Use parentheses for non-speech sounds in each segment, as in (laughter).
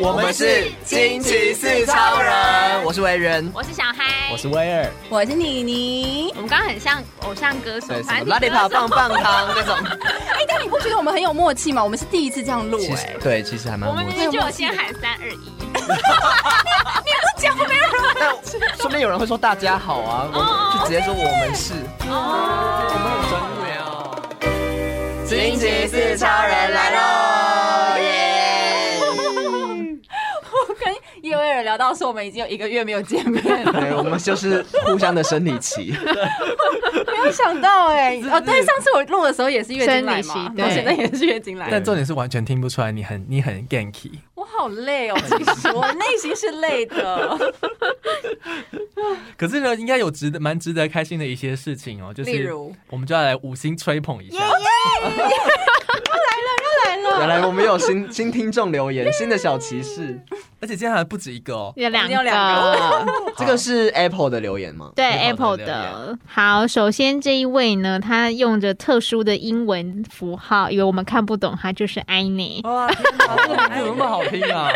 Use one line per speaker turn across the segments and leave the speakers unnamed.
我
们是惊奇四超人，我是维人，
我是小嗨，
我是威尔，
我是妮妮。
我们刚刚很像偶像歌手
对，，什
反
么
正
拉力跑棒棒糖那种，
哎、但你不觉得我们很有默契吗？我们是第一次这样录、
其
哎
实，对，其实还蛮
我们
默
明
契。
明就有先喊三二一，
但说不定有人会说大家好啊，我就直接说我们是，
哦，
我们很专业哦。
惊奇四超人来
喽！耶！
我跟叶威尔聊到说我们已经有一个月没有见面了，
对，我们就是互相的生理 (laughs) 期，
没有想到哎、哦，对，上次我录的时候也是月经来
生理
嘛哦
期，
我
对
现在也是月经来。
但重点是完全听不出来你很你很 ganky，
我好累哦，其实我内心是累的。
可是呢，应该有值得蛮值得开心的一些事情哦，就是
例如
我们就要来五星吹捧一下。
(laughs) 来
原
了，
来我们有新新听众留言，新的小骑士，
而且今天还不止一个哦，
有两
我们有两
个。
这个是 Apple 的留言吗？
对
Apple
Apple
的
的好，首先这一位呢，他用着特殊的英文符号，以为我们看不懂，他就是 I n
哇，天哪这个名字怎么那么好听啊？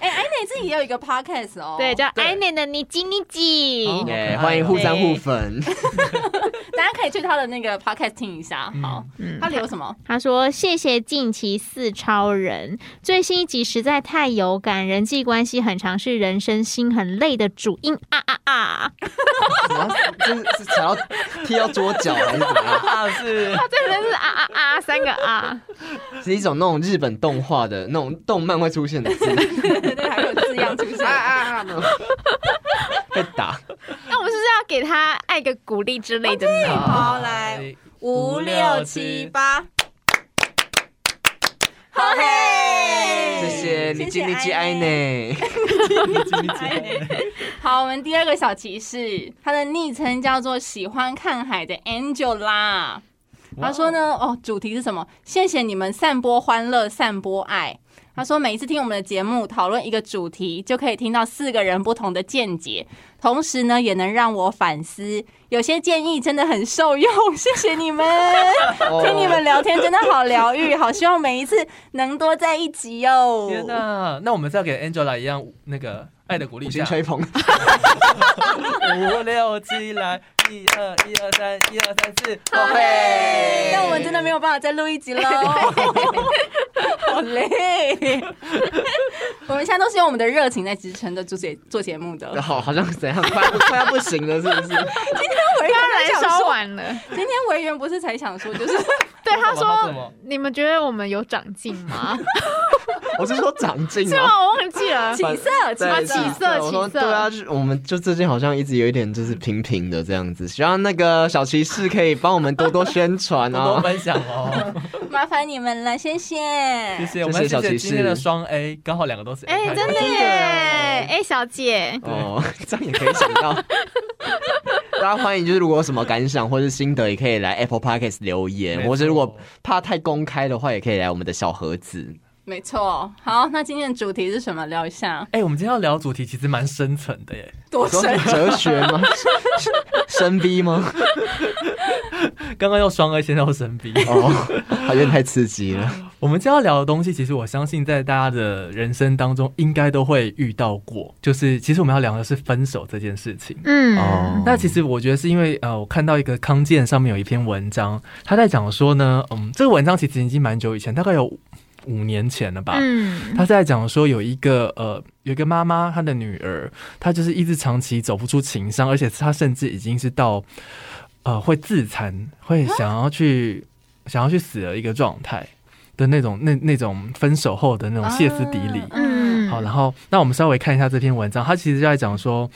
哎、安内自己也有一个 podcast 哦，
对，，叫 I
对
n 的你吉你吉，
哦
耶，欢迎互相互粉，
大家可以去他的那个 podcast 听一下。好，
嗯
他留什么？
他说：“谢谢近期四超人最新一集实在太有感，人际关系很常是人生心很累的主因啊啊啊！
然后这是是想要踢到桌角还是怎么样？
啊是
(laughs) 他这边是啊啊啊三个啊，
是一种那种日本动画的那种动漫会出现的字，
对 (laughs) 对对，还有字样出现。
啊啊！被打，
那我们是不是要给他爱个鼓励之类的呢？
哎好，
哎
来，五六七八。好嘿，
谢谢你尽力去爱
谢
呢。
安内。好，我们第二个小骑士，他的昵称叫做喜欢看海的 Angela。他说呢，哦，主题是什么？谢谢你们散播欢乐，散播爱。他说，每一次听我们的节目讨论一个主题，就可以听到四个人不同的见解，同时呢，也能让我反思。有些建议真的很受用，谢谢你们。
哦
哦
听
(laughs)
你们聊天真的好疗愈，好希望每一次能多在一起哟。
天哪！那我们再给 Angela 一样那个爱的鼓励一
五星
下，
吹捧， (laughs)
五六七来，一二一二三，一二三四，
好嘿
但我们真的没有办法再录一集
(laughs)
喽，好累。我们现在都是用我们的热情在支撑着做节做节目的。
好，好像怎样，快快要不行了，是不是？
委员
当然
才想
烧
说，
完了。
今天委员不是才想说，
(laughs)
就是
对，他
他怎
说
么：
你们觉得我们有长进吗？
我是说长进
是
哦。
吗？我忘记了
起。色起
对
起
色。
色
我说
起色
对啊，就是我们就最近好像一直有一点就是平平的这样子，希望那个小骑士可以帮我们多多宣传
多多
哦。
分享哦，
麻烦你们了，谢谢。
谢谢我
谢谢
们谢
小
谢
骑士
今天的双 A，刚好两个都是 A，
哎、
开头
真的耶！哎、小姐，
哦， (laughs) 这样也可以想 (laughs) 到。大家欢迎，就是如果有什么感想或是心得，也可以来 Apple Podcast 留言，
没错
或者如果怕太公开的话，也可以来我们的小盒子。
没错，好，那今天的主题是什么？聊一下
哎、我们今天要聊的主题其实蛮深层的耶。
多
说
深？
哲学 (laughs) 吗？深逼吗？
刚刚又双 A，现在又生 B。
哦，好像太刺激了。
(laughs) 我们今天要聊的东西，其实我相信在大家的人生当中应该都会遇到过。就是其实我们要聊的是分手这件事情。
嗯，
哦，
那其实我觉得是因为呃，我看到一个康健上面有一篇文章，他在讲说呢，嗯，这个文章其实已经蛮久以前，大概有五五年前了吧。
嗯，
他在讲说有一个呃，有一个妈妈，她的女儿，她就是一直长期走不出情伤，而且她甚至已经是到呃会自残，会想要去想要去死的一个状态的那种那那种分手后的那种歇斯底里。
嗯，
好，然后那我们稍微看一下这篇文章，她其实就在讲说，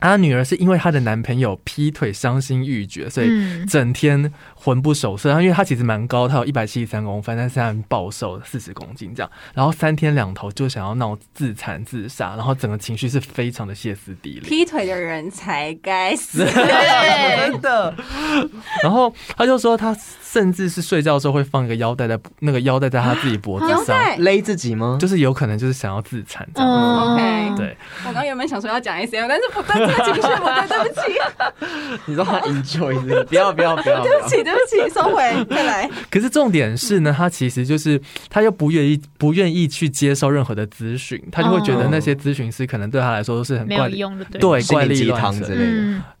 她女儿是因为她的男朋友劈腿，伤心欲绝，所以
嗯
整天魂不守舍，因为他其实蛮高，他有一百七十三公分，但是他很暴瘦，四十公斤这样。然后三天两头就想要闹自残自杀，然后整个情绪是非常的歇斯底里。
劈腿的人才该死。
对，
的。然后他就说，他甚至是睡觉的时候会放一个腰带在那个腰带在他自己脖子
啊腰
上，
带，
勒自己吗？
就是有可能就是想要自残这样。
嗯
OK
对，
我刚原本想说要讲 S M，但是不对，这情绪不对，对不起，
你让他 enjoy，是不是不要不要不哦要，不
对不
要
起，对不起，收回，再来。
可是重点是
嗯
呢，他其实就是他又不愿意不愿意去接受任何的咨询，他就会觉
哦
得那些咨询师可能对他来说都是很
没
怪
有
力。
用的，对了。
对怪
心灵
力
鸡
乱
汤
神
之，类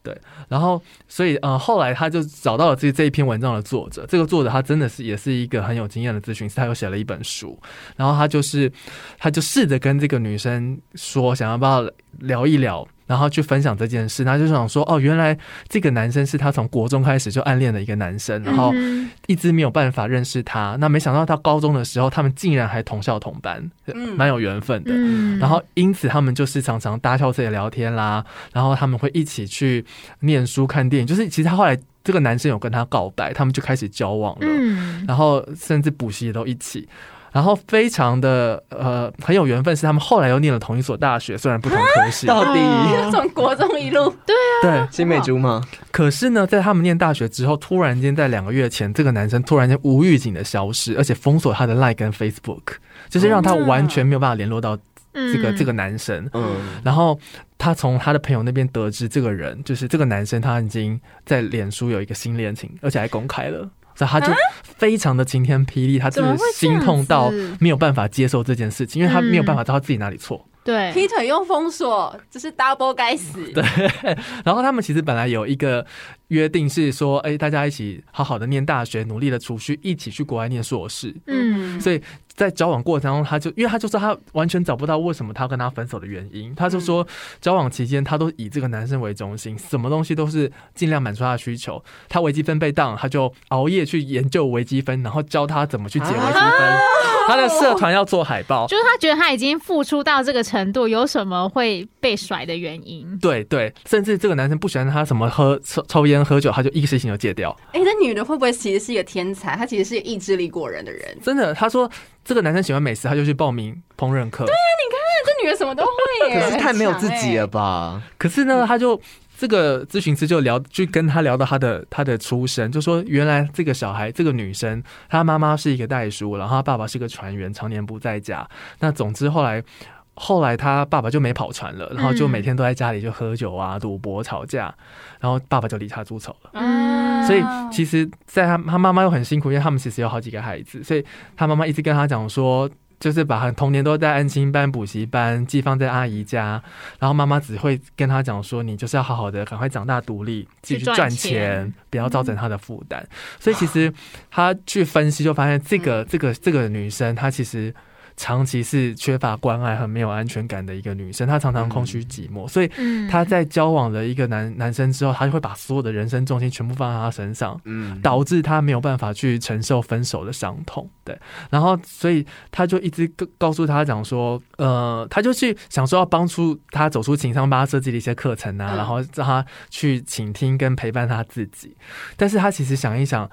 的。
嗯，
然后所以呃，后来他就找到了这这一篇文章的作者，这个作者他真的是也是一个很有经验的咨询师，他又写了一本书，然后他就是他就试着跟这个女生说，想要不要聊一聊。然后去分享这件事，他就想说，哦，原来这个男生是他从国中开始就暗恋的一个男生，然后
嗯
一直没有办法认识他。那没想到他高中的时候，他们竟然还同校同班，
嗯
蛮有缘分的。
嗯
然后因此他们就是常常搭校车也聊天啦，然后他们会一起去念书、看电影。就是其实他后来这个男生有跟他告白，他们就开始交往了，
嗯，
然后甚至补习也都一起。然后非常的呃很有缘分，是他们后来又念了同一所大学，虽然不同科
(laughs)
系，
到底
(laughs)
嗯
从国中一路
对。
青梅竹马，
可是呢，在他们念大学之后，突然间在两个月前，这个男生突然间无预警的消失，而且封锁他的 Line 跟 Facebook，就是让他
哦
完全没有办法联络到这
这
个、这个男生。
嗯，
然后他从他的朋友那边得知，这个人就是这个男生，他已经在脸书有一个新恋情，而且还公开了，所以他就非常的晴天霹雳，他真
怎么
的
会这
心
样
痛到
子
没有办法接受这件事情，因为他没有办法知道自己哪里错。
对，
劈腿又封锁，这是 double 该死。对，
然后他们其实本来有一个约定是说，哎，大家一起好好的念大学，努力的储蓄，一起去国外念硕士。
嗯
所以在交往过程当中，他就因为他就说他完全找不到为什么他跟他分手的原因，他就说交往期间他都以这个男生为中心，什么东西都是尽量满足他的需求。他微积分被当，他就熬夜去研究微积分，然后教他怎么去解微积分。他的社团要做海报，
就是他觉得他已经付出到这个程度，有什么会被甩的原因？
对对，甚至这个男生不喜欢他什么喝抽抽烟喝酒，他就一个事情就戒掉。
哎，这女的会不会其实是一个天才？她其实是一个意志力过人的人。
真的，他说这个男生喜欢美食，他就去报名烹饪课。
这女的什么都会耶，
可是太没有自己了
了。
吧？
可是呢，他就这个咨询师就聊，就跟他聊到他的他的出身，就说原来这个小孩，这个女生，她妈妈是一个代书，然后她爸爸是个船员，常年不在家。那总之后来。后来他爸爸就没跑船了，然后就每天都在家里就喝酒啊、赌博、吵架，然后爸爸就离家出走了。
嗯
所以其实，在他他妈妈又很辛苦，因为他们其实有好几个孩子，所以他妈妈一直跟他讲说，就是把他童年都在安心班、补习班寄放在阿姨家，然后妈妈只会跟他讲说，你就是要好好的，赶快长大独立，自己去
去赚
赚
钱
钱，不要造成他的负担。所以其实他去分析就发现，这个这个这个女生她其实。长期是缺乏关爱和没有安全感的一个女生，她常常空虚寂寞，所以
嗯，
她在交往了一个男男生之后，她就会把所有的人生重心全部放在他身上，
嗯，
导致他没有办法去承受分手的伤痛，对，然后所以他就一直告告诉他讲说，呃，他就去想说要帮助他走出情商，帮他设计了一些课程啊，
嗯
然后让他去倾听跟陪伴他自己，但是他其实想一想。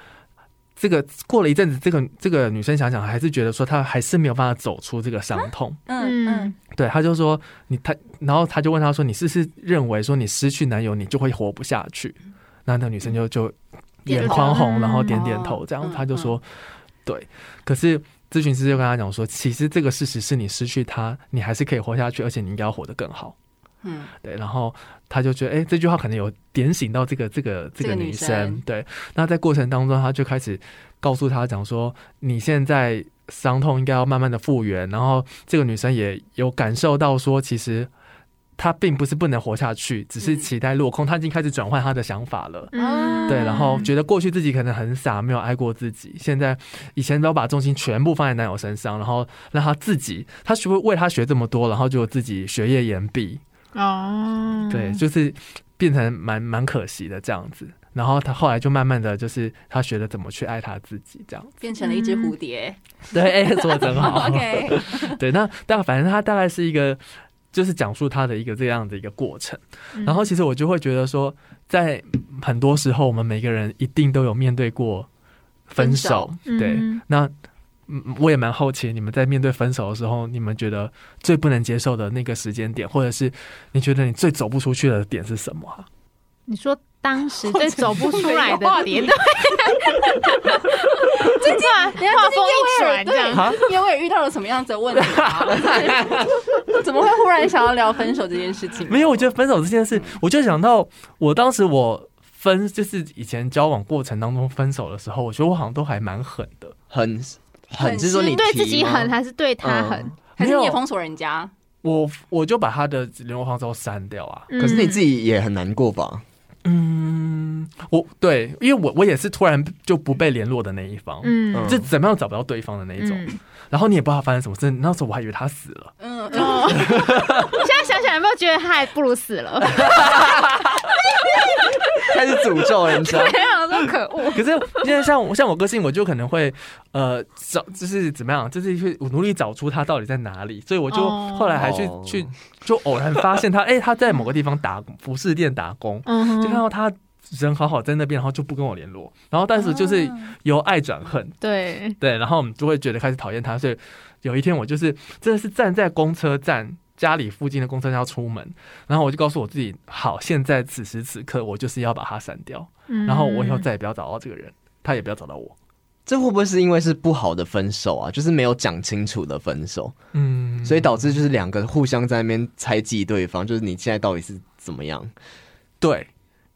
这个过了一阵子，这个这个女生想想，还是觉得说她还是没有办法走出这个伤痛。
嗯
嗯
嗯，
对，她就说你她，然后她就问她说，你是不是认为说你失去男友，你就会活不下去？那那女生就就眼眶红，然后点点头，这样
嗯
他就说，对。可是咨询师就跟他讲说，其实这个事实是你失去他，你还是可以活下去，而且你应该要活得更好。
嗯，
对，然后他就觉得，哎、这句话可能有点醒到这个这个这
这
个
个女
女生。
生
对，那在过程当中，他就开始告诉她讲说，你现在伤痛应该要慢慢的复原。然后这个女生也有感受到说，其实她并不是不能活下去，只是
嗯
期待落空。她已经开始转换她的想法了。
嗯
对，然后觉得过去自己可能很傻，没有爱过自己，现在以前都把重心全部放在男友身上，然后让他自己，他学会为他学这么多，然后就自己学业延毕，
哦，
对，就是变成蛮蛮可惜的这样子。然后他后来就慢慢的就是他学了怎么去爱他自己这样， (laughs)
变成了一只蝴蝶。
对，哎、做的真好。
OK，
对，那但反正他大概是一个，就是讲述他的一个这样的一个过程。
嗯
然后其实我就会觉得说，在很多时候，我们每个人一定都有面对过分手。
分手
对，
嗯
那嗯我也蛮好奇，你们在面对分手的时候，你们觉得最不能接受的那个时间点，或者是你觉得你最走不出去的点是什么啊？
你说当 (laughs) 时最走不出来的点，
没
(laughs) 对，真的啊
人家
话锋一转这样。
啊
对，因为遇到了什么样子的问题
(laughs)
啊？就是怎么会忽然想要聊分手这件事情？
没有，我觉得分手这件事，我就想到我当时我分就是以前交往过程当中分手的时候，我觉得我好像都还蛮狠的。
很很
很
是说
是
你
对
提
自己
吗
狠还是对他
嗯
狠？
还是你
没
也
有
封锁人家？
我我就把他的联络方式都删掉啊。
嗯可是你自
己
己也很难过吧？
嗯，我对，因为我我也是突然就不被联络的那一方，
嗯
嗯
就怎么样找不到对方的那一种，
嗯
然后你也不知道发生什么事。那时候我还以为他死了，
嗯，
哦， (laughs) 现在想想有没有觉得他还不如死 (laughs) 了？
开始诅咒人家，
想说可恶。
(laughs) 可是现在像我像我个性，我就可能会呃找就是怎么样，就是去我努力找出他到底在哪里，所以我就
哦
后来还去、
哦
去就偶然发现他，哎、他在某个地方打工服饰店打工，
嗯
就
哼，
看到他人好好在那边，然后就不跟我联络，然后但是就是
哦
由爱转恨，
对，
对，然后我们就会觉得开始讨厌他，所以有一天我就是真的是站在公车站。家里附近的公车站要出门，然后我就告诉我自己，好，现在此时此刻我就是要把他删掉，
嗯
然后我以后再也不要找到这个人，他也不要找到我。
(laughs) 这会不会是因为是不好的分手啊？就是没有讲清楚的分手，
嗯，
所以导致就是两个互相在那边猜忌对方，就是你现在到底是怎么样，
对，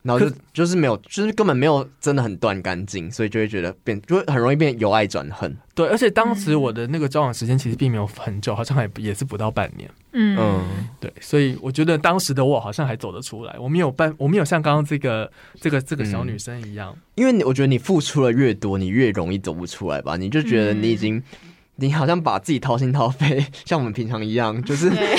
然后就
可
就是没有，就是根本没有真的很断干净，所以就会觉得变，就会很容易变由爱转恨。
对，而且当时我的那个交往时间其实并没有很久，好像也也是不到半年。
嗯
嗯，
对，所以我觉得当时的我好像还走得出来，我没有办，我没有像刚刚这个这个这个小女生一样。
因为你我觉得你付出了越多，你越容易走不出来吧？你就觉得你已
嗯
经。你好像把自己掏心掏肺，像我们平常一样，就是
对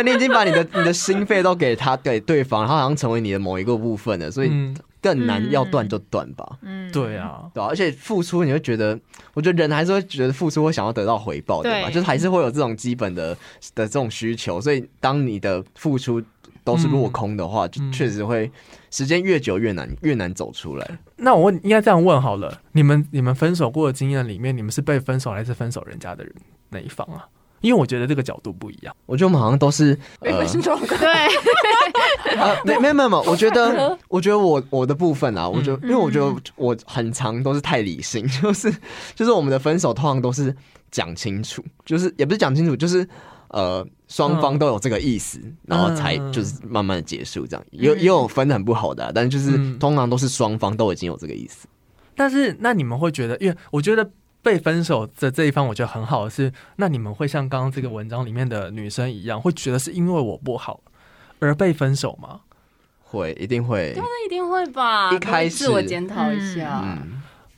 (laughs) 对你已经把你的你的心肺都给他给对方，然后好像成为你的某一个部分了，所以
嗯，
更难要断就断吧，
嗯，
对啊，
对、啊、而且付出，你会觉得，我觉得人还是会觉得付出会想要得到回报的吧，
对
就是还是会有这种基本的的这种需求，所以当你的付出都是落空的话，就
嗯
确实会时间越久越难越难走出来。
那我问，应该这样问好了，你们你们分手过的经验里面，你们是被分手还是分手人家的人那一方啊？因为我觉得这个角度不一样。
我觉得我们好像都是
被分手了。
(laughs)
(laughs)
对，
啊，没没有没有没有，我觉得，我觉得我我的部分啊，我觉得，因为我觉得我很常都是太理性， (laughs) 就是就是我们的分手通常都是讲清楚，就是也不是讲清楚，就是呃双方都有这个意思，然后才
嗯
就是慢慢的结束这样，也有也有分的很不好的啊、但就是
嗯
通常都是双方都已经有这个意思，
但是那你们会觉得，因为我觉得被分手的这一方，我觉得很好的是，那你们会像刚刚这个文章里面的女生一样，会觉得是因为我不好而被分手吗？
会一定会，
那一定会吧，
一开始
自我检讨一下，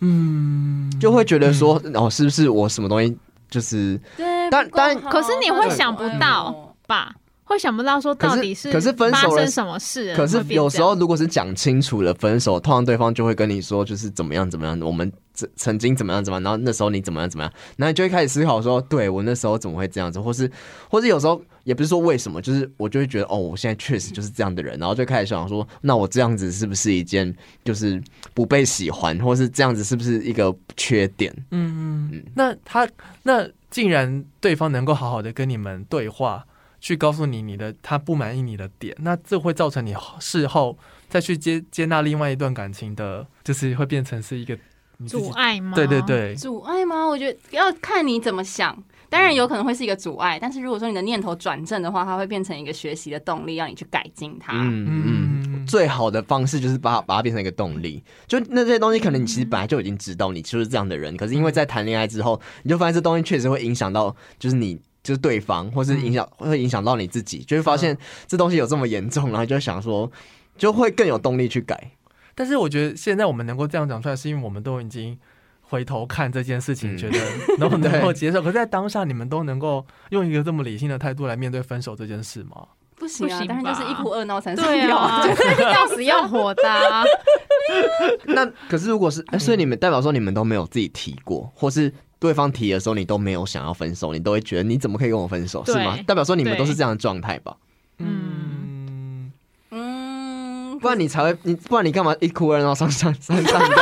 嗯，
嗯，
就会觉得说，哦，是不是我什么东西就是
对。
但
不够好
但
可是你会想不
哎
到，
呦
吧，会想不到说到底
可是可是分
发
手了
生什么事了，
可是
会变
有
这
时
样
候，如果是讲清楚了分手，通常对方就会跟你说，就是怎么样怎么样，我们曾曾经怎么样怎么样，然后那时候你怎么样怎么样，然后你就会开始思考说，对我那时候怎么会这样子，或是或是有时候也不是说为什么，就是我就会觉得哦，我现在确实就是这样的人，然后就开始想说，那我这样子是不是一件就是不被喜欢，或是这样子是不是一个缺点？
嗯
嗯
嗯，那他那竟然对方能够好好的跟你们对话，去告诉你你的他不满意你的点，那这会造成你事后再去接接纳另外一段感情的，就是会变成是一个你自己
阻碍吗？
对对，对，
阻碍吗？我觉得要看你怎么想。当
嗯
然有可能会是一个阻碍，但是如果说你的念头转正的话，它会变成一个学习的动力，让你去改进
啊
它。
嗯嗯。最好的方式就是把它把它变成一个动力，就那些东西，可能你其实本来就已经知道你就是这样的人，可是因为在谈恋爱之后，你就发现这东西确实会影响到，就是你就是对方，或是影响会影响到你自己，就会发现这东西有这么严重，然后就会想说，就会更有动力去改。
但是我觉得现在我们能够这样讲出来，是因为我们都已经回头看这件事情，
嗯
觉得能不能
对
够
(laughs)
接受。可是，在当下，你们都能够用一个这么理性的态度来面对分手这件事吗？
不行啊，
不行吧
当然就是一哭二闹三上
对
吊
啊，
就
(laughs) 就是要死要活的啊、
那可是如果是，呃所以你们代表说你们都没有自己提过，或是对方提的时候你都没有想要分手，你都会觉得你怎么可以跟我分手是吗
对？
代表说你们
对
都是这样的状态吧？
嗯，
嗯，
不然你才会， (laughs) 你不然你干嘛一哭二闹三上三上吊？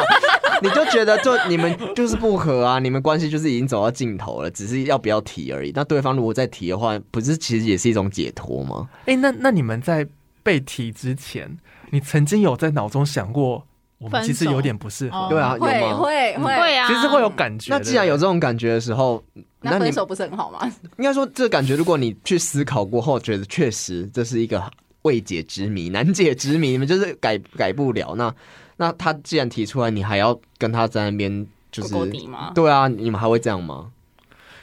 你就觉得就你们就是不和啊，你们关系就是已经走到尽头了，只是要不要提而已。那对方如果再提的话，不是其实也是一种解脱吗？
哎、那那你们在被提之前，你曾经有在脑中想过，我们其实有点不适
分
合
手哦，
对啊，有
会
吗？
会
嗯
会，
会啊，
其实会有感觉。
那既然有这种感觉的时候，
那
你
分手不是很好吗？
应该说这感觉，如果你去思考过后，觉得确实这是一个未解之谜、难解之谜，你们就是改改不了。那那他既然提出来，你还要跟他在那边就
不
是
够底吗？
对啊，你们还会这样吗？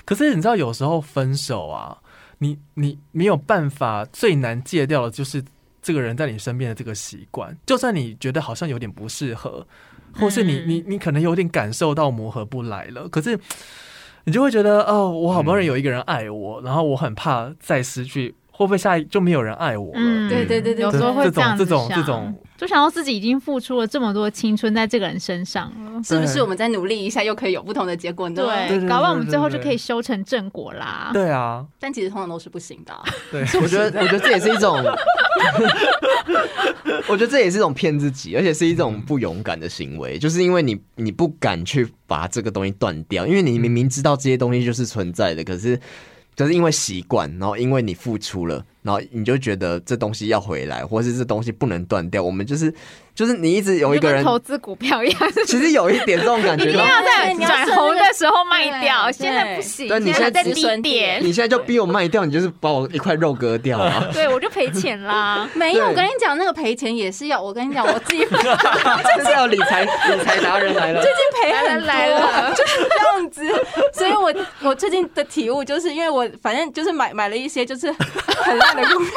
可是你知道，有时候分手啊，你你没有办法，最难戒掉的就是这个人在你身边的这个习惯。就算你觉得好像有点不适合，或是你
嗯
你你可能有点感受到磨合不来了，可是你就会觉得哦，我好不容易有一个人爱我，然后我很怕再失去，会不会下一就没有人爱我了？
嗯
对对对对，
有
这
时候会
这
这
种
样
这
子
种
想
这种，
就想到自己已经付出了这么多青春在这个人身上了，
是不是我们再努力一下，又可以有不同的结果呢？
对对
对，
对
搞不好我们
对
最后
对
就
对
可以修成正果啦。
对啊，
但其实通常都是不行的啊、
对，
我觉得，我觉得这也是一种，我觉得这也是一种骗自己，而且是一种不勇敢的行为，就是因为你你不敢去把这个东西断掉，因为你明明知道这些东西就是存在的，可是可是因为习惯，然后因为你付出了，然后你就觉得这东西要回来，或是这东西不能断掉。我们就是就是你一直有一
就
个
跟
人，
投资股票一样，
其实有一点这种感觉，
一定
然后
要在
对你要
转
趁
红
那
的时候卖
对
掉，
对
现在不行，
但你
现在还
现在
在
止损
低
点，。
点
你现在就逼我卖掉，你就是把我一块肉割掉
(laughs)
啊。
对我就赔钱啦
(laughs) 没有，
对
我跟你讲，那个赔钱也是要。我跟你讲，我
(laughs)
自己
啊
这是有理财理财达人来了，
最近赔
来
很
了
多啊
来了，
就是这样子。所以我我最近的体悟就是，因为我反正就是买买了一些就是很烂的股票，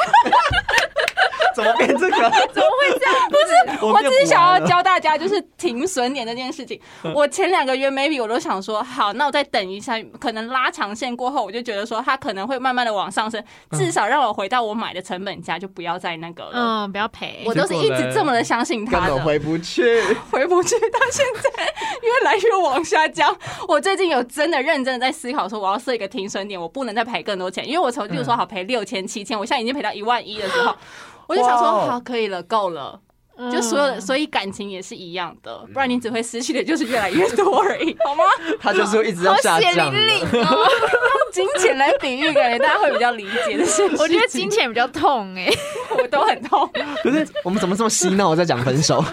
(laughs) 怎么变这个？
怎
(laughs)
么会这样？不是，
我
我
变
只是
不
想
完
要
了嗯
教大家就是停损点这件事情。我前两个月 maybe 我都想说，好，那我再等一下，可能拉长线过后，我就觉得说它可能会慢慢的往上升，
嗯
至少让我回到我买的成本价，就不要再那个了。
嗯，不要赔
我。都是一
结果
直
嘞
这么的相信
根
它的
本，回不去。
回不去，到现在越来越往下降。我最近有真的认真的在思考，说我要设一个停损点，我不能再赔更多钱，因为我从就
嗯
说好赔六千、七千，我现在已经赔到一万一的时候，我就想说
哇哦
好可以了，够了。
嗯
就所有的，所以感情也是一样的，不
嗯
然你只会失去的就是越来越多而已，好 (laughs) 吗？
他就是一直要下降的。
哦，
用金钱来比喻，感觉大家会比较理解的事情。
我觉得金钱比较痛哎。
我都很痛，
可是我们怎么这么嬉闹，在讲分手？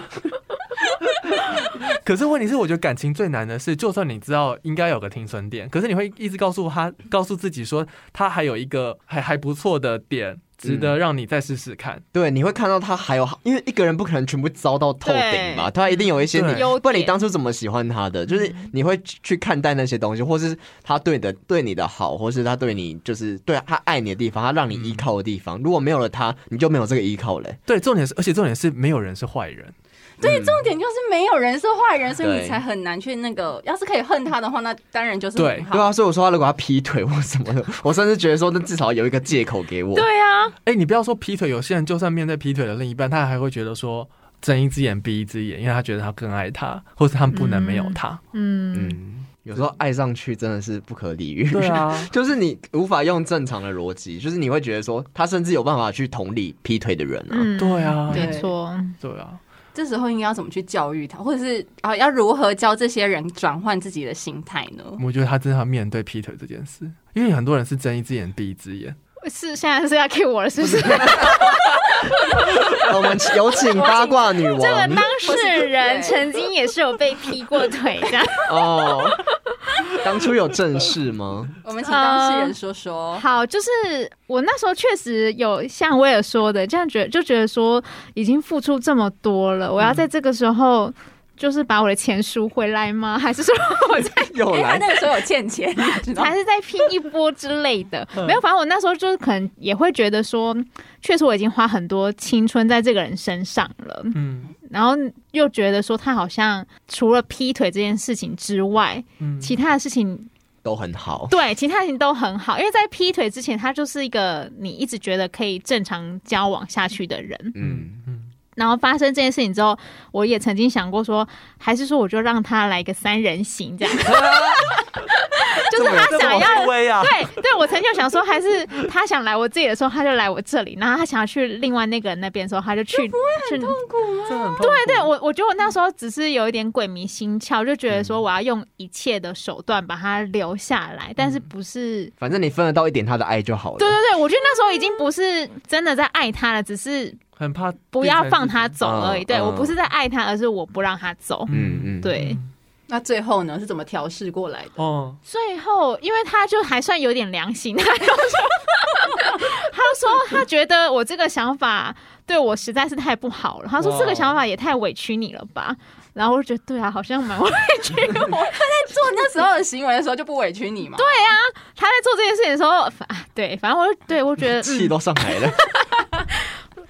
可是问题是，我觉得感情最难的是，就算你知道应该有个停损点，可是你会一直告诉他，告诉自己说，他还有一个还还不错的点，值得让你再试试看。
(laughs) 对，你会看到他还有，因为一个人不可能全部遭到透顶吧，
对
他一定有一些
对
你，
优
不然你
点
当初怎么喜欢他的？就是你会去看待那些东西，或是他对的对你的好，或是他对你就是对他爱你的地方，他让你依靠的地方。如果没有了他，你就没有这个依靠嘞、
对，重点是，而且重点是没有人是坏人。
(laughs) 对，重点就是没有人是坏人，所
嗯
以
对
你才很难去那个。要是可以恨他的话，那当然就是
对
很好
对啊，所以我说他如果他劈腿或什么的， (laughs) 我甚至觉得说，那至少有一个借口给我。
对啊，
哎，你不要说劈腿，有些人就算面对劈腿的另一半，他还会觉得说睁一只眼闭一只眼，因为他觉得他更爱他，或是他们不能没有他。
嗯，
嗯，有时候爱上去真的是不可理喻。
对啊，
就是你无法用正常的逻辑，就是你会觉得说，他甚至有办法去同理劈腿的人啊。
嗯，
对啊，
对
没错，
对啊，
这时候应该要怎么去教育他，或者是啊，要如何教这些人转换自己的心态呢？
我觉得他真的要面对劈腿这件事，因为很多人是睁一只眼闭一只眼。
是现在是要 Q 我了，是不是？
我们有请八卦女
这个
王
当事
对
人曾经也是有被劈过腿的，
哦，当初有正事吗？
我们请当事人说说。
(laughs) 好，就是我那时候确实有像威尔说的，这样觉就觉得说已经付出这么多了，我要在这个时候就是把我的钱赎回来吗？还是说我在
又
哎，他
来
那个时候有欠钱，你知道吗
(laughs) 还是在拼一波之类 (laughs) 的？没有，反正我那时候就是可能也会觉得说，确实我已经花很多青春在这个人身上了，
嗯
然后又觉得说他好像除了劈腿这件事情之外，
嗯，
其他的事情
都很好，
对，其他事情都很好，因为在劈腿之前，他就是一个你一直觉得可以正常交往下去的人。
嗯，
嗯，
然后发生这件事情之后，我也曾经想过说，还是说我就让他来个三人行这样， (laughs) 就是他想要。
威啊，
对对，我曾经想说，还是他想来我这里的时候，他就来我这里；然后他想要去另外那个人那边的时候，他就去去
这很对
对我，我觉得我那时候只是有一点鬼迷心窍，就觉得
嗯
说我要用一切的手段把他留下来，但是
嗯
不是
反正你分得到一点他的爱就好了。
对对对，我觉得那时候已经不是真的在爱他了，只是
很怕
不要放他走而已。
嗯
对
嗯
我不是在爱他，而是我不让他走。
嗯嗯
对，
那最后呢是怎么调试过来的？
哦，
最后，因为他就还算有点良心， (laughs) 他就说，他说他觉得我这个想法对我实在是太不好了。他说
哇
哦
这个想法也太委屈你了吧。然后我就觉得对啊，好像蛮委 (laughs) 屈我。
做那时候的行为的时候就不委屈你嘛？对，
他在做这件事情的时候，啊，对，反正我就对我觉得，
气
嗯，
都上来了。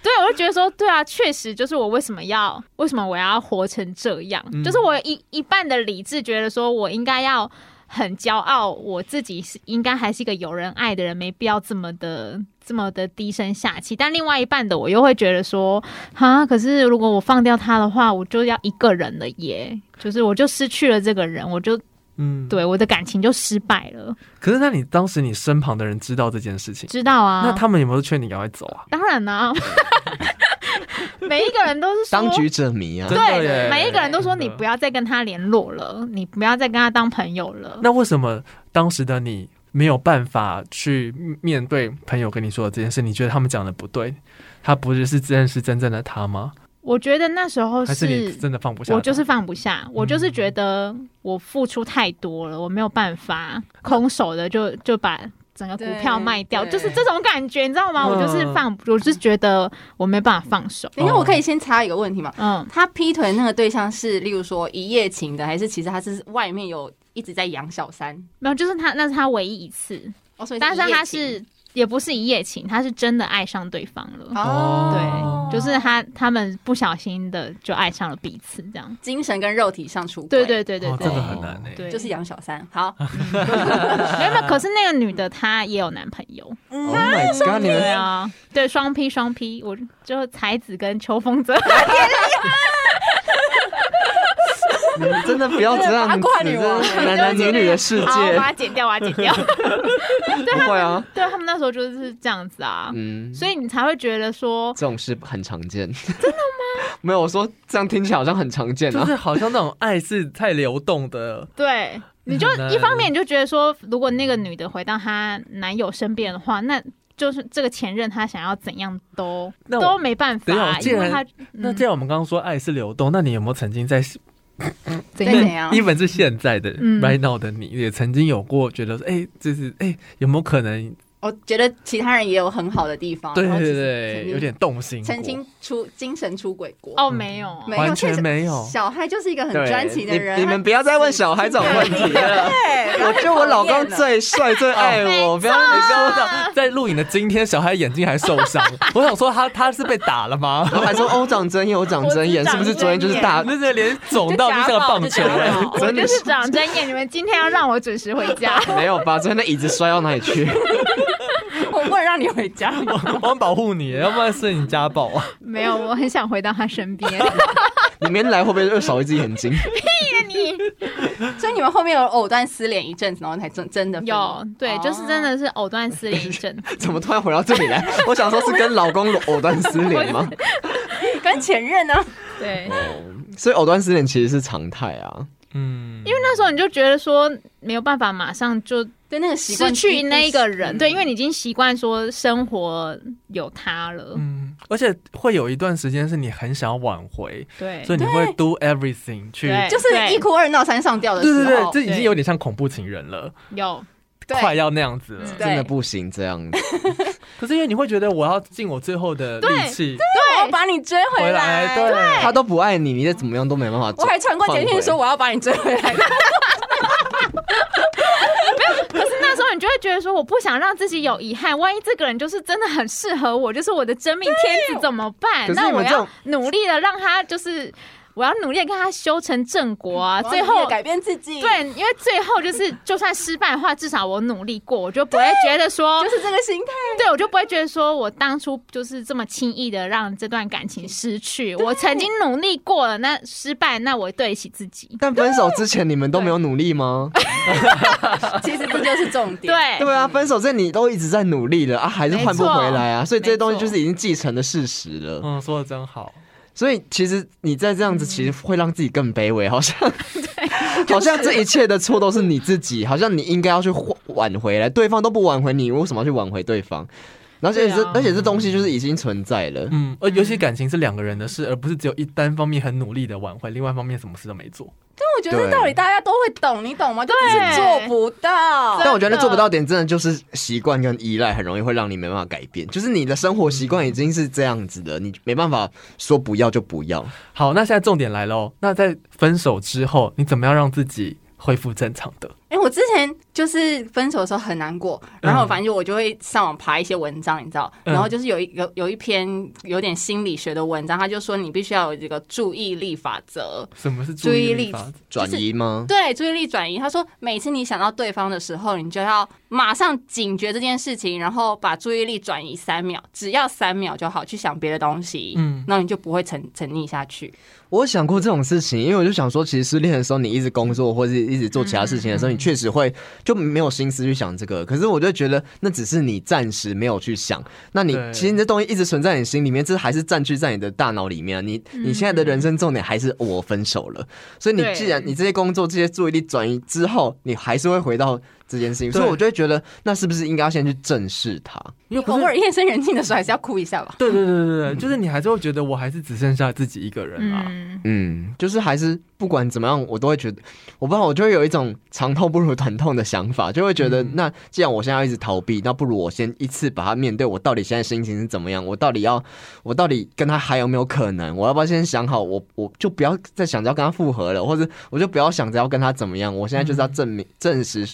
对我就觉得说，对啊，确实就是我为什么要，为什么我要活成这样？
嗯
就是我一一半的理智觉得说我应该要很骄傲，我自己是应该还是一个有人爱的人，没必要这么的这么的低声下气。但另外一半的我又会觉得说，啊，可是如果我放掉他的话，我就要一个人了耶，就是我就失去了这个人，我就
嗯，。
对我的感情就失败了。
可是那你当时你身旁的人知道这件事情，
知道啊？
那他们有没有劝你赶快走啊？
当然啦、 (laughs) 每一个人都是说
当局者迷啊
真，的耶
对，每一个人都说
真的
你不要再跟他联络了，你不要再跟他当朋友了。
那为什么当时的你没有办法去面对朋友跟你说的这件事？你觉得他们讲的不对？他不是是认识真正的他吗？
我觉得那时候
还是你真的放不下他？
我就是放不下，我就是觉得我付出太多了，我没有办法空手的就就把。整个股票
对
卖掉，
对
就是这种感觉，你知道吗？我就是
嗯
放，我就是觉得我没办法放手。
等一下我可以先插一个问题吗？
嗯，
他劈腿那个对象是，例如说一夜情的，还是其实他是外面有一直在养小三？
没有，就是他，那是他唯一一次，
哦，所以
但是
一夜
他
情
是也不是一夜情，他是真的爱上对方了。
哦
哦，
对，就是他他们不小心的就爱上了彼此，这样。
精神跟肉体上出轨，
对对对对
哦，
对
这个很难诶、
对，
就是养小三。好，
没有没有，可是那个女的她也有男朋友，
Oh my god！你
对
们
啊，对双 P 双 P，我就才子跟秋风泽，
你们真的不要这样
八
子，
卦女王
这男男女女的世
好，我
界
把，它剪掉，我把它剪掉。
不会啊，
对他们那时候就是这样子啊，
嗯，
所以你才会觉得说，
这种事很常见，真的吗？ (laughs) 没有，我说这样听起来好像很常见
就
啊
是，好像那种爱是太流动的，
对。你就
很难
一方面你就觉得说，如果那个女的回到她男友身边的话，那就是这个前任他想要怎样都
那我
都没办法
等一下
啊，
我既
因为
然
他
那
嗯
既然我们刚刚说爱是流动，那你有没有曾经在
怎
对
样
怎样
even 是现在的、
嗯
right now 的你，也曾经有过觉得说，哎、就是哎、有没有可能？
我觉得其他人也有很好的地方。
对
哦然后
对
其实曾
对，
经
有点动心过，
曾经出精神出轨过。
哦没有啊，
没有
完全
确实
没有。
小孩就是一个很
对
专情的人，
你你们不要再问小孩这种问题了。
对， (laughs)
我觉得我老公最帅、最爱我，不要你不要问到。
啊
在录影的今天，小孩眼睛还受
(laughs)
伤，我想说他他是被打了吗？
然后还说哦，长针眼，我长针眼，是
我知道
不是昨天就是大？
那是脸肿到就像个棒球
就假
哎
冒，
我
真
就
的
是
是
长针眼，你们今天要让我准时回家。
没有吧？昨天的椅子摔到哪里去？
(laughs)
我不能让你回家。
我们保护你，要不然是你家暴啊。
没有，我很想回到他身边。
你明天来会不会又少一只眼睛？
你
所以你们后面有藕断丝连一阵子，然后才真真的分
有对，就是
啊哦
真。的是藕断丝连一阵，
(laughs) 怎么突然回到这里来？我想说是跟老公藕断丝连
(laughs)
吗？
跟前任呢？
对，
所以藕断丝连其实是常态啊。
嗯，
因为那时候你就觉得说没有办法马上就
对那个习
失
惯
去那一个人，
嗯
对，因为你已经习惯说生活有他了，
嗯，而且会有一段时间是你很想要挽回，
对，
所以你会 do everything 去。
对
对
就是一哭二闹三上吊的时
对
候，
对，这已经
对
有点像恐怖情人了，
有
对
快要那样子了
嗯。
对
真的不行这样子，
可是因为你会觉得我要尽我最后的力气
我要把你追
回来，对，
他都不爱你，你再怎么样都没办法做。
我还传过简讯说
换回，
我要把你追回来，
那时候你就会觉得说我不想让自己有遗憾，万一这个人就是真的很适合我，就是我的真命天子怎么办？
可是
那
你
我
们这
要
种
努力的让他就是。我要努力地跟他修成正果啊！
我要
最
努
后
力地改变自己，，
对，因为最后就是，就算失败的话，至少我努力过，我就不会觉得说
就，是这个心态。
对我就不会觉得说我当初就是这么轻易的让这段感情失去。我曾经努力过了，那失败，那我对得起自己。
但分手之前你们都没有努力吗？
其实这就是重点。
对，
对啊，分手这你都一直在努力了啊，还是换不回来啊，所以这些东西就是已经继承的事实了。
嗯，说的真好。
所以其实你再这样子，其实会让自己更卑微，好 (laughs) 像，好像这一切的错都是你自己，好像你应该要去挽挽回来，对方都不挽回你，为什么要去挽回对方？而且这、
对啊
而且这东西就是已经存在了。
嗯，而尤其感情是两个人的事，而不是只有一单方面很努力的挽回，另外一方面什么事都没做。
但我觉得这道理大家都会懂，你懂吗？就只是做
对
不到。
但我觉得做不到点，真的就是习惯跟依赖，很容易会让你没办法改变。就是你的生活习惯已经是这样子的，你没办法说不要就不要。
好，那现在重点来喽。那在分手之后，你怎么样让自己恢复正常的？
哎、我之前就是分手的时候很难过，然后反正我就会上网爬一些文章，你知道，
嗯
然后就是有一有有一篇有点心理学的文章，他就说你必须要有这个注意力法则，
什么是
注意力
力法则？
转移吗？
对，注意力转移。他说，每次你想到对方的时候，你就要马上警觉这件事情，然后把注意力转移三秒，只要三秒就好，去想别的东西，
嗯
嗯，那你就不会沉沉溺下去。
我有想过这种事情，因为我就想说，其实失恋的时候，你一直工作或者一直做其他事情的时候，你确实会就没有心思去想这个。可是我就觉得，那只是你暂时没有去想。那你
对
其实你这东西一直存在你心里面，这还是占据在你的大脑里面啊。你你现在的人生重点还是、哦我分手了，所以你
对
既然你这些工作、这些注意力转移之后，你还是会回到这件事情。所以
对
我就会觉得，那是不是应该要先去正视它？
因为不
偶
是
尔夜深人静的时候，还是要哭一下吧。
对对对对对，就是你还是会觉得我还是只剩下自己一个人啊。
嗯，
嗯，就是还是不管怎么样，我都会觉得，我不知道，我就会有一种长痛不如短痛的想法，就会觉得，
嗯
那既然我现在要一直逃避，那不如我先一次把它面对，我到底现在心情是怎么样，我到底要，我到底跟他还有没有可能，我要不要先想好，我我就不要再想着要跟他复合了，或者我就不要想着要跟他怎么样，我现在就是要证明、证实、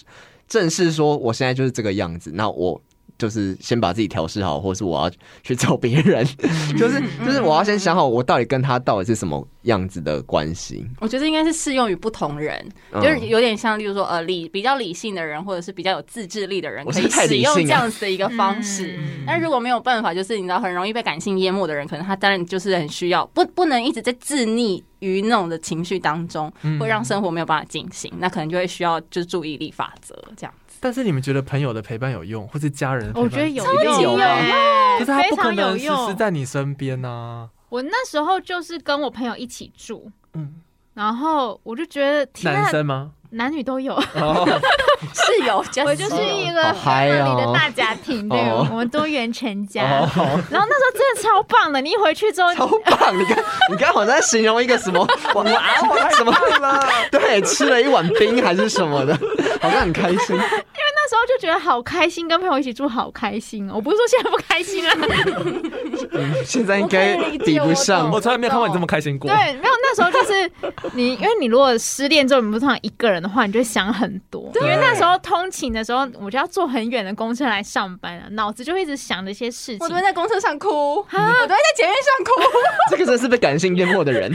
正视说我现在就是这个样子，那我。就是先把自己调试好，或是我要去找别人，就是就是我要先想好我到底跟他到底是什么样子的关系。
我觉得应该是适用于不同人，
嗯
就是有点像，例如说，呃，理比较理性的人，或者是比较有自制力的人，
我
可
是
以
太
使
理性
用
了
这样子的一个方式。
嗯
但如果没有办法，就是你知道很容易被感性淹没的人，可能他当然就是很需要，不不能一直在自溺于那种的情绪当中，
嗯
会让生活没有办法进行，那可能就会需要就是注意力法则这样。
但是你们觉得朋友的陪伴有用，或是家人的陪伴？
我觉得有
一定
用
有吧啊
可
哎，
是他
非
不可
常有
能时时
用。
在你身边啊呐、
我那时候就是跟我朋友一起住，
嗯，
然后我就觉得天啊
男生吗？
男女都有，
哦，
是有，
(laughs) 我就是一个
好嗨哦
family 的大家庭，对，
哦
我们多元成家。
哦，
然后那时候真的超棒的，你一回去之后，
超棒！你看，你刚好在形容一个什么？哇，什么？对，吃了一碗冰还是什么的，好像很开心。
那时候就觉得好开心，跟朋友一起住好开心哦。我不是说现在不开心啊，
嗯，现在应该比不上
我。从来没有看过你这么开心过。
对，没有那时候就是你，因为你如果失恋之后，你不通常一个人的话，你就会想很多。因为那时候通勤的时候，我就要坐很远的公车来上班啊，脑子就会一直想着一些事情。
我昨天在公车上哭，我昨天在捷运上哭，
这个真是被感性淹没的人。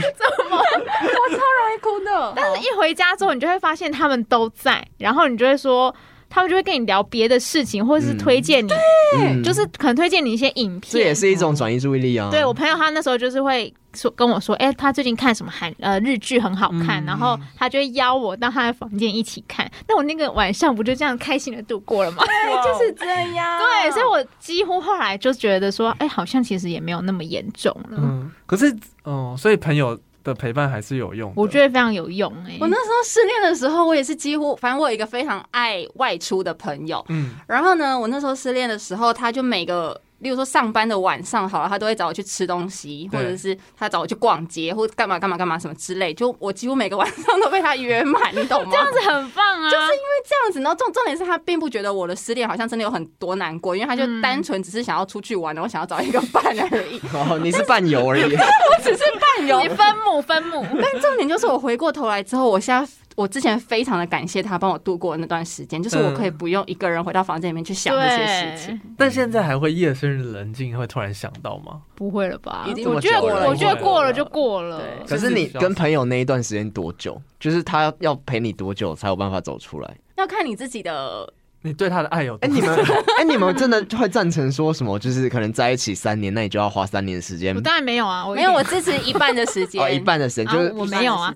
我超容易哭的。
但是一回家之后，你就会发现他们都在，然后你就会说。他们就会跟你聊别的事情，或者是
嗯
推荐你，
嗯
就是可能推荐你一些影片。
这也是一种转移注意力啊。
对我朋友，他那时候就是会说跟我说，哎、他最近看什么韩呃日剧很好看，
嗯
然后他就会邀我到他的房间一起看。那我那个晚上不就这样开心的度过了吗？
就是这样，
对，所以我几乎后来就觉得说，哎、好像其实也没有那么严重了。
嗯，可是，嗯，所以朋友的陪伴还是有用的。
我觉得非常有用哎、
我那时候失恋的时候，我也是几乎，反正我有一个非常爱外出的朋友。
嗯，
然后呢，我那时候失恋的时候，他就每个，例如说上班的晚上，好了，他都会找我去吃东西，或
对
者是他找我去逛街，或干嘛干嘛干嘛什么之类。就我几乎每个晚上都被他约 (laughs) 满，你懂吗？
这样子很棒啊！
就是这样子，然后重重点是他并不觉得我的失恋好像真的有很多难过，因为他就
嗯
单纯只是想要出去玩，然后想要找一个伴而 (laughs) 已，
哦，你是伴游而已。
只是伴游
你。分母分母，
但 (laughs) 重点就是我回过头来之后，我现在我之前非常的感谢他帮我度过那段时间，就是我可以不用一个人回到房间里面去想这些事情。
但现在还会夜深人静会突然想到吗？
不会了吧
已？经
我觉
这么久
得
了
我觉得过了就过了。
对
可是你跟朋友那一段时间多久？就是他要陪你多久才有办法走出来？
要看你自己的，
你对他的爱有多
哎、你
(laughs)
们，哎、你们真的会赞成说什么？就是可能在一起三年，那你就要花三年的时间
我，当然没有啊，我一
没有
点
我支持一半的时
(laughs)
间，
哦，一半 (laughs) 的时间，
啊
就是、
我没有啊，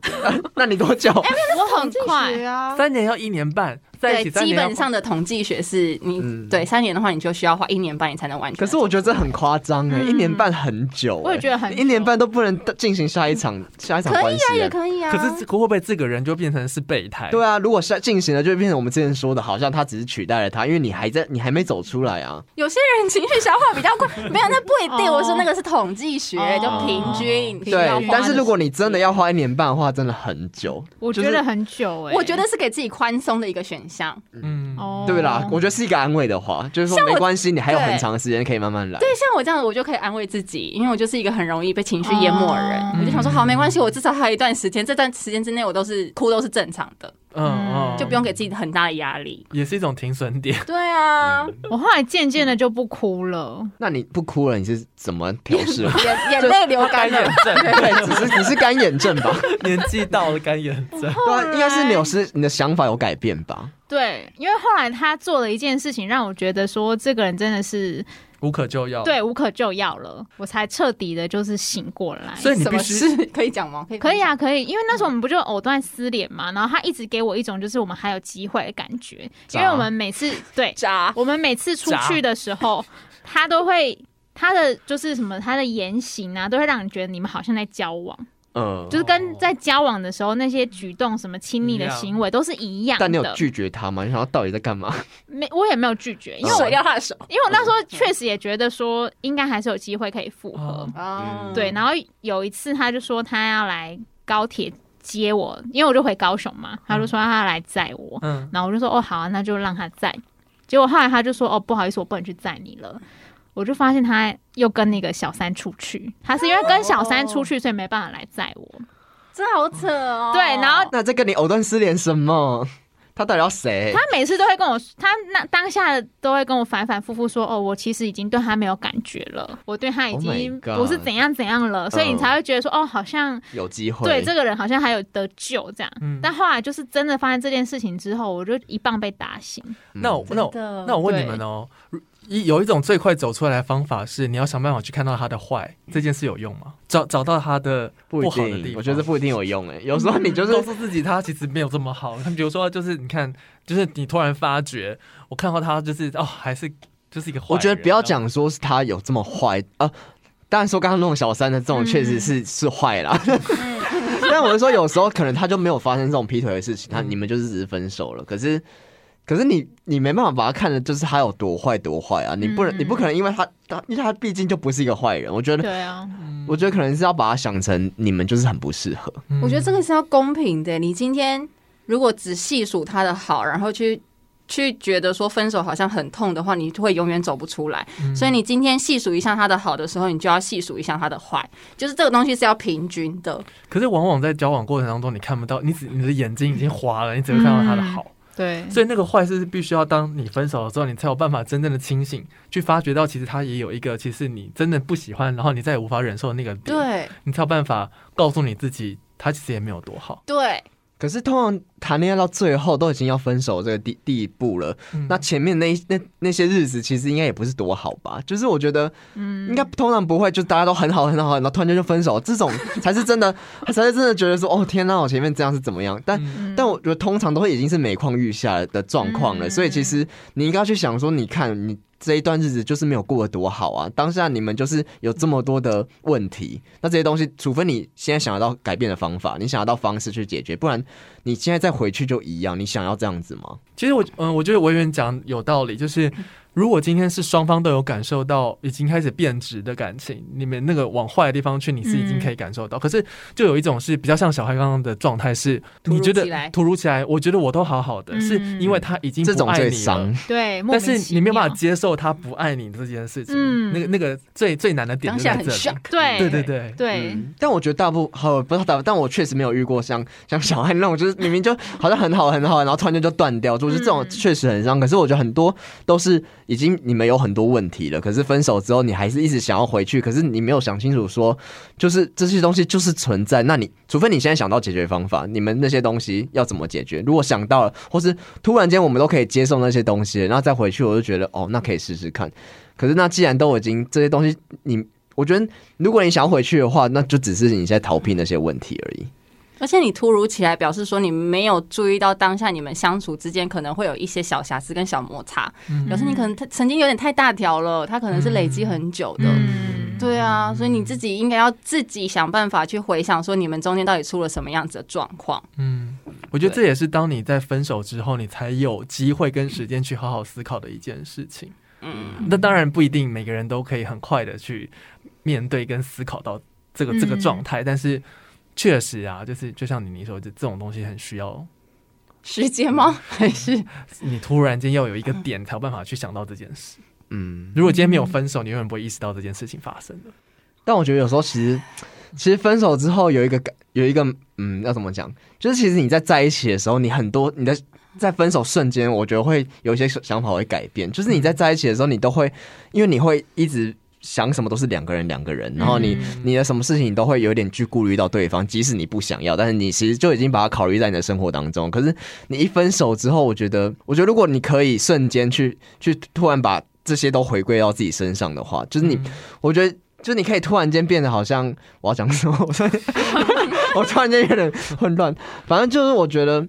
那你多久？
(laughs)
我很快，
啊。
三年要一年半，在一起
对，
三
基
年要
本上的统计学是你、
嗯
对三年的话，你就需要花一年半，你才能完全。
可是我觉得这很夸张哎，
嗯
一年半很久欸，
我也觉得很久
一年半都不能进行下一场下一场
可
关
以
系
啊，也
欸。
可以啊。(laughs)
可是会不会这个人就变成是备胎？
对啊，如果下进行了，就变成我们之前说的，好像他只是取代了他，因为你还在，你还没走出来啊。
有些人情绪消化比较快，没有那不一定。
哦
我说那个是统计学，
哦
就平均。平均要花
对
的，
但是如果你真的要花一年半的话，真的很久。
我觉得很久哎、
我觉得是给自己宽松的一个选项。
嗯，
哦，
对啦，我觉得是一个安慰的话，就是说没关系，你还有
对
很长的时间可以慢慢来。
对，像我这样，我就可以安慰自己，因为我就是一个很容易被情绪淹没的人。
哦
我就想说，好，没关系，我至少还有一段时间，这段时间之内我都是哭都是正常的，
嗯嗯，
就不用给自己很大的压力。
也是一种停损点。
对啊，？
我后来渐渐的就不哭了，
那你不哭了，你是怎么调试的
眼眼泪流干了。
(laughs) 对，只是只是干眼症吧？
年纪到了干眼症，
对啊，应该是你有
后来
是你的想法有改变吧？
对，因为后来他做了一件事情，让我觉得说这个人真的是
无可救药。，
对无可救药了，我才彻底的就是醒过
(laughs)
来。
所以你
什
必
么
须
事可以讲吗？可以，
可以。啊，可以，因为那时候我们不就藕断丝连嘛，然后他一直给我一种就是我们还有机会的感觉，因
渣
为我们每次对
渣，
我们每次出去的时候，他都会他的就是什么他的言行啊，都会让你觉得你们好像在交往，
嗯，
就是跟在交往的时候那些举动、什么亲密
哦一
的
样
行为都是一样的。
但你有拒绝他吗？你想到到底在干嘛？
没？我也没有拒绝，因为
嗯
我
甩掉他的手
因为我那时候
嗯
确实也觉得说应该还是有机会可以复合
哦，
啊
嗯对。然后有一次他就说他要来高铁接我，因为我就回高雄嘛，他就说他要来载我，
嗯，
然后我就说哦好啊，那就让他载。结果后来他就说哦不好意思，我不能去载你了。我就发现他又跟那个小三出去，他是因为跟小三
哦
出去，所以没办法来载我。
这好扯哦。
对然后
那在跟你藕断丝连什么？他到底要谁
他？每次都会跟我，他那当下都会跟我反反复复说，哦，我其实已经对他没有感觉了，我对他已
Oh my
经
God
不是怎样怎样了，所以你才会觉得说，哦，好像
有机会？
对这个人好像还有得救这样。
嗯
但后来就是真的发现这件事情之后，我就一棒被打醒。
嗯
那我那我
真的
那我问你们哦，如一有一种最快走出来的方法是，你要想办法去看到他的坏，这件事有用吗？找找到他的
不一
好的地
定，
方，
我觉得不一定有用哎。有时候你就
告
是
诉自己他其实没有这么好。比如说，就是你看，就是你突然发觉，我看到他就是哦，还是就是一个坏人。
我觉得不要讲说是他有这么坏啊。当然说刚刚那种小三的这
嗯
种确实是、是坏
(laughs)
啦，但我是说有时候可能他就没有发生这种劈腿的事情，他
嗯
你们就是只是分手了，可是。可是你你没办法把他看的，就是他有多坏多坏啊！你不能
嗯
你不可能因为他他因为他毕竟就不是一个坏人，我觉得
对
(laughs)
啊，
我觉得可能是要把他想成你们就是很不适合，
嗯，
我觉得这个是要公平的。你今天如果只细数他的好，然后去去觉得说分手好像很痛的话，你会永远走不出来。
嗯
所以你今天细数一下他的好的时候，你就要细数一下他的坏，就是这个东西是要平均的。
可是往往在交往过程当中，你看不到，你只你的眼睛已经花了，你只会看到他的
嗯
好。
对
所以那个坏事是必须要当你分手了之后，你才有办法真正的清醒，去发觉到其实他也有一个，其实你真的不喜欢，然后你再也无法忍受的那个点，
对
你才有办法告诉你自己，他其实也没有多好。
对，
可是通常谈恋爱到最后都已经要分手这个地地步了，
嗯
那前面那一那那些日子其实应该也不是多好吧？就是我觉得，嗯，应该通常不会，就大家都很好很好，然后突然间就分手，这种才是真的，才是真的觉得说，哦天呐，我前面这样是怎么样？但、
嗯
但我觉得通常都会已经是每况愈下的状况了，
嗯
所以其实你应该去想说，你看你。这一段日子就是没有过得多好啊！当下你们就是有这么多的问题，那这些东西，除非你现在想得到改变的方法，你想得到方式去解决，不然你现在再回去就一样。你想要这样子吗？
其实我嗯，我觉得委员讲有道理，就是如果今天是双方都有感受到已经开始变质的感情，你们那个往坏的地方去，你是已经可以感受到。可是就有一种是比较像小孩刚刚的状态，是
突如
你觉得
其来
突如其来，我觉得我都好好的，
嗯
是因为他已经
这
不
种
爱
最
你
伤
了。。
对，莫
但
名
是
其
你没有办
妙
法接受他不爱你这件事情，
嗯
那个那个最最难的点
当
就
下
在
很
这
shock
里。
对
对对对，
对，
嗯但我觉得大部好不是大部，但我确实没有遇过像像小爱那种，就是明明就好像很好很好，然后突然间就断掉，就是这种
嗯
确实很伤。可是我觉得很多都是已经你们有很多问题了，可是分手之后你还是一直想要回去，可是你没有想清楚说，就是这些东西就是存在。那你除非你现在想到解决方法，你们那些东西要怎么解决？如果想到了，或是突然间我们都可以接受那些东西了，然后再回去，我就觉得哦，那可以试试看。可是那既然都已经这些东西，你我觉得如果你想要回去的话，那就只是你在逃避那些问题而已。
而且你突如其来表示说你没有注意到当下你们相处之间可能会有一些小瑕疵跟小摩擦，
嗯
表示你可能他曾经有点太大条了，他可能是累积很久的。
嗯
对啊，所以你自己应该要自己想办法去回想，说你们中间到底出了什么样子的状况。
嗯，我觉得这也是当你在分手之后，你才有机会跟时间去好好思考的一件事情。
嗯，
那当然不一定每个人都可以很快的去面对跟思考到这个这个
嗯
状态，但是确实啊，就是就像你你说，这这种东西很需要
时间吗？
嗯
还是
你突然间要有一个点才有办法去想到这件事。
嗯，
如果今天没有分手，你永远不会意识到这件事情发生的。
但我觉得有时候其实，其实分手之后有一个感，有一个嗯，要怎么讲？就是其实你在在一起的时候，你很多你在在分手瞬间，我觉得会有一些想法会改变。就是你在在一起的时候，你都会因为你会一直想什么都是两个人两个人，然后你、你的什么事情你都会有点去顾虑到对方，即使你不想要，但是你其实就已经把它考虑在你的生活当中。可是你一分手之后，我觉得，我觉得如果你可以瞬间去去突然把这些都回归到自己身上的话，就是你我觉得，就是你可以突然间变得好像我要讲什么， (laughs) 我突然我突然间有点混乱。反正就是我觉得，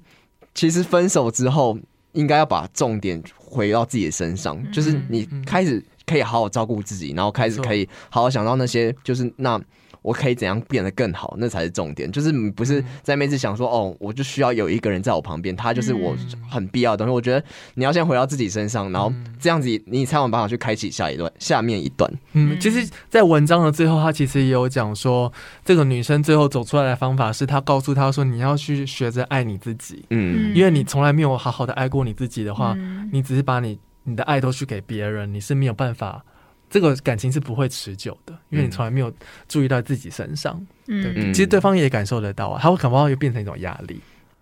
其实分手之后应该要把重点回到自己的身上，就是你开始可以好好照顾自己，然后开始可以好好想到那些，就是那。我可以怎样变得更好？那才是重点。就是你不是在那边一直想说，哦，我就需要有一个人在我旁边，他就是我很必要的东西。我觉得你要先回到自己身上，然后这样子你才有办法去开启下一段、下面一段。
嗯，其实，在文章的最后，他其实也有讲说，这个女生最后走出来的方法是，她告诉她说，你要去学着爱你自己，
嗯
嗯
因为你从来没有好好的爱过你自己的话，
嗯
你只是把你你的爱都去给别人，你是没有办法，这个感情是不会持久的，因为你从来没有注意到自己身上。对，
嗯
嗯
其实对方也感受得到啊，他会感觉又变成一种压力。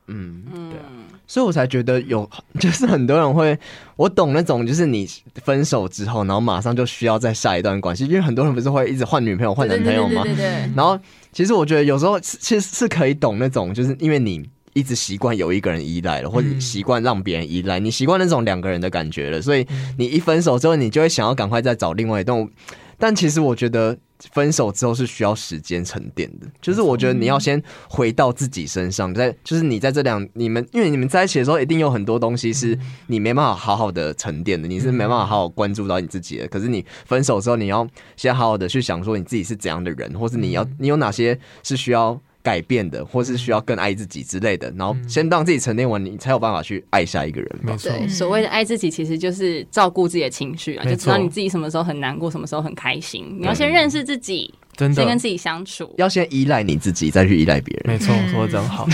嗯，
嗯
对啊
所以我才觉得有， (laughs) 就是很多人会，我懂那种，就是你分手之后，然后马上就需要再下一段关系，因为很多人不是会一直换女朋友、换男朋友吗？
对对对
然后其实我觉得有时候是其实是可以懂那种，就是因为你一直习惯有一个人依赖了，或者
嗯
习惯让别人依赖，你习惯那种两个人的感觉了，所以
嗯
你一分手之后，你就会想要赶快再找另外一段。我但其实我觉得分手之后是需要时间沉淀的，就是我觉得你要先回到自己身上，在就是你在这两你们，因为你们在一起的时候，一定有很多东西是
嗯
你没办法好好的沉淀的，你是没办法好好关注到你自己的。可是你分手之后，你要先好好的去想说你自己是怎样的人，或是你要
嗯
你有哪些是需要。改变的，或是需要更爱自己之类的，然后先让自己沉淀完，你才有办法去爱下一个人吧。
嗯没错，
对，所谓的爱自己，其实就是照顾自己的情绪啊，
没
就
错
知道你自己什么时候很难过，什么时候很开心。你要先认识自己，
真
先跟
的，
自己相处。
要先依赖你自己，再去依赖别人。
没错，
嗯
说的真好。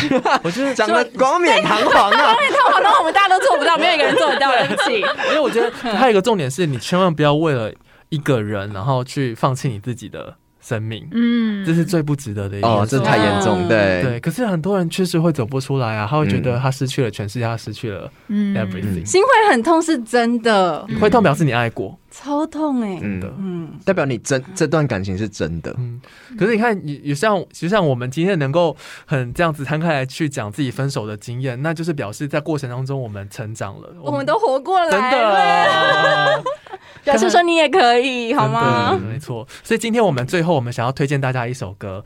我觉得
讲的光冕堂皇
(laughs)
啊！
好，那我们大家都做不到，没有一个人做得到，对不起。
因为我觉得还有一个重点是，你千万不要为了一个人，然后去放弃你自己的生命，
嗯
这是最不值得的一件事。
哦，这太严重，
嗯
对嗯
对，可是很多人确实会走不出来啊，他会觉得他失去了全世界，他失去了
嗯
(laughs)
everything。
心会很痛是真的，
会痛表示你爱过
超痛哎、
的
嗯，，
嗯，
代表你真这段感情是真的。
嗯。可是你看，也也像，就像我们今天能够很这样子摊开来去讲自己分手的经验，那就是表示在过程当中我们成长了，
我们都活过
真
来了，
(laughs) 的。
表示说你也可以，好吗
真？嗯的没错。所以今天我们最后，我们想要推荐大家一首歌。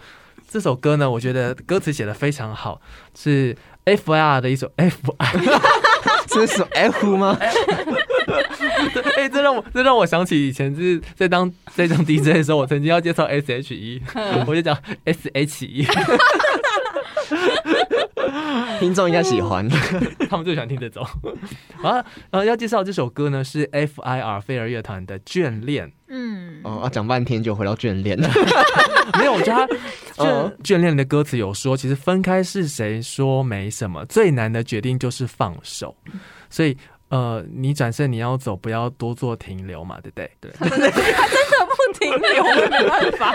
这首歌呢，我觉得歌词写的非常好，是 F I R 的一首 (laughs) F I。
这是什么 F 吗？
哎、这让我这让我想起以前就是在当在当 DJ 的时候，我曾经要介绍 S H E，我就讲 S H E， (laughs)
听众应该喜欢。
他们最喜欢听这种。 (laughs) 啊，呃，要介绍这首歌呢是 F I R 飞儿乐团的《眷恋
嗯
哦，啊讲半天就回到眷恋了。》，
(laughs) 没有，我
(laughs)
觉得他眷
嗯
眷恋的歌词有说，其实分开是谁说没什么，最难的决定就是放手，所以。呃，你转身你要走，不要多做停留嘛，对不对？对，
(laughs) 不停留，没办法。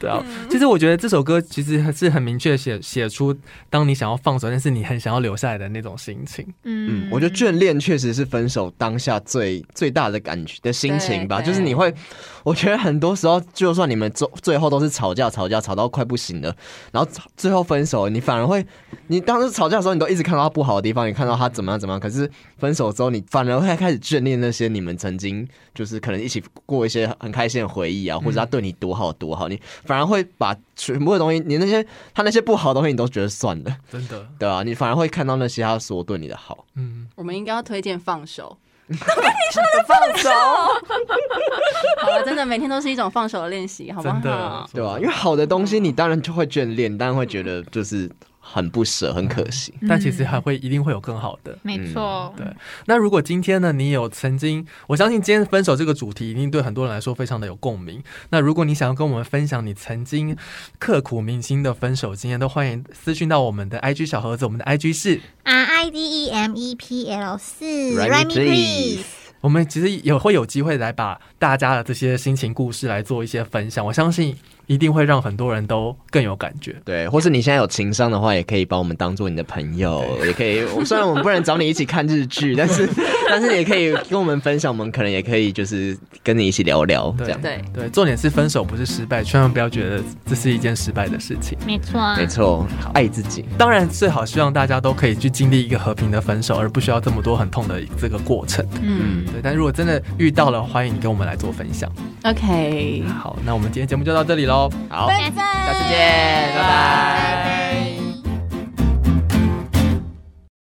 对啊，
嗯
其实我觉得这首歌其实还是很明确地写写出，当你想要放手，但是你很想要留下来的那种心情。
嗯
嗯，我觉得眷恋确实是分手当下最最大的感觉的心情吧，
对
就是你会，我觉得很多时候，就算你们最最后都是吵架，吵架吵到快不行了，然后吵最后分手，你反而会，你当时吵架的时候，你都一直看到他不好的地方，你看到他怎么样怎么样，可是分手之后，你反而会开始眷恋那些你们曾经就是可能一起过一些很开开心的回忆
嗯
啊，或者他对你多好多好，你反而会把全部的东西，你那些他那些不好的东西，你都觉得算了，
真的，
对吧、你反而会看到那些他所对你的好。
嗯，
(laughs) 我们应该要推荐放手。
放手，
好了，真的每天都是一种放手的练习，好不
真的
好？，
对吧、啊因为好的东西，你当然就会眷恋，但会觉得就是很不舍，很可惜。
但其
嗯
实还会一定会有更好的。
没错，
嗯对那如果今天呢，你有曾经，我相信今天分手这个主题一定对很多人来说非常的有共鸣。那如果你想要跟我们分享你曾经刻骨铭心的分手经验，都欢迎私讯到我们的 IG 小盒子，我们的 IG 是
R I D E M E P L 四
Rhyme
，Rhyme
please
please。
我们其实也会有机会来把大家的这些心情故事来做一些分享，我相信一定会让很多人都更有感觉。
对，或是你现在有情商的话，也可以把我们当做你的朋友，也可以。我虽然我们不能找你一起看日剧，但是但是也可以跟我们分享，我们可能也可以就是跟你一起聊聊这样。
对，
对，重点是分手不是失败，千万不要觉得这是一件失败的事情。
没错啊
没错，爱自己。
当然，最好希望大家都可以去经历一个和平的分手，而不需要这么多很痛的这个过程。
嗯
对，但如果真的遇到了，欢迎你跟我们来做分享。
，OK，
好，那我们今天节目就到这里喽。
好，
下次
拜
见，拜
拜。